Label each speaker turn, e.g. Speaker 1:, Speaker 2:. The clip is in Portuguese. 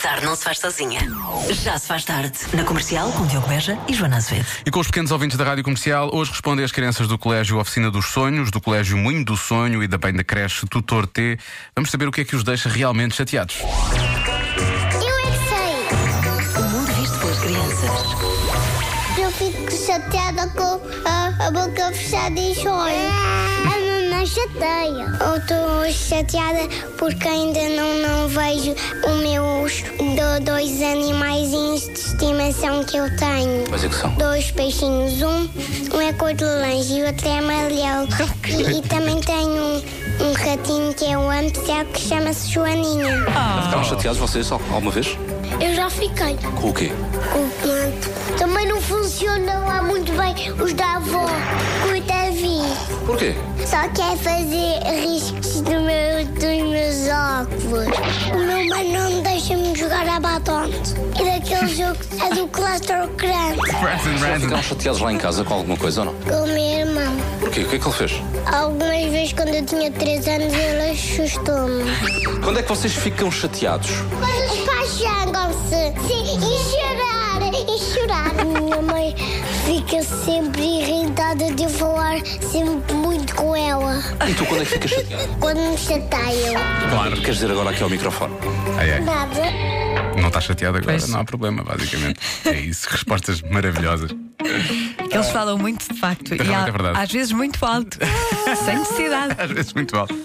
Speaker 1: Tarde não se faz sozinha. Já se faz tarde. Na comercial, com Diogo Beja e Joana Azevedo.
Speaker 2: E com os pequenos ouvintes da Rádio Comercial, hoje respondem as crianças do Colégio Oficina dos Sonhos, do Colégio Moinho do Sonho e da Bem da Creche Tutor T. Vamos saber o que é que os deixa realmente chateados.
Speaker 3: Eu é que sei.
Speaker 1: O mundo visto pelas crianças.
Speaker 3: Eu fico chateada com a, a boca fechada e choro. Ah, A mamãe chateia. Eu estou chateada porque ainda não, não vejo os meus do- dois animaizinhos de estimação que eu tenho.
Speaker 4: Quais é que são?
Speaker 3: Dois peixinhos, um, um é cor de laranja e o outro é amarelo. E, e também tenho um, um ratinho que é o Ampsel que chama-se Joaninha.
Speaker 4: Ficaram chateados vocês al- alguma vez?
Speaker 3: Eu já fiquei.
Speaker 4: Com o quê?
Speaker 3: O planto. Também não funciona lá muito bem os da avó, com o Davi.
Speaker 4: Porquê?
Speaker 3: Só quer fazer riscos do meu- dos meus óculos. O meu mãe não deixa-me jogar a batom. E daquele jogo é do Cluster Grande.
Speaker 4: Ficaram chateados lá em casa com alguma coisa ou não?
Speaker 3: Com o meu irmão.
Speaker 4: Porquê? O que é que ele fez?
Speaker 3: Algumas vezes, quando eu tinha 3 anos, ele assustou-me.
Speaker 4: Quando é que vocês ficam chateados?
Speaker 3: Mas os pais jangam-se Sim, e chorar, e chorar. Minha mãe fica sempre irritada de eu falar sempre muito com ela.
Speaker 4: E tu quando é que ficas chateado?
Speaker 3: Quando me chateiam.
Speaker 4: Claro. Queres dizer agora aqui ao microfone?
Speaker 2: Ai, ai.
Speaker 3: Nada.
Speaker 2: Não está chateado agora,
Speaker 5: Pois.
Speaker 2: não há problema, basicamente. É isso, respostas maravilhosas.
Speaker 5: Eles falam muito, de facto.
Speaker 2: Realmente é verdade.
Speaker 5: às vezes muito alto. sem necessidade.
Speaker 2: Às vezes muito alto.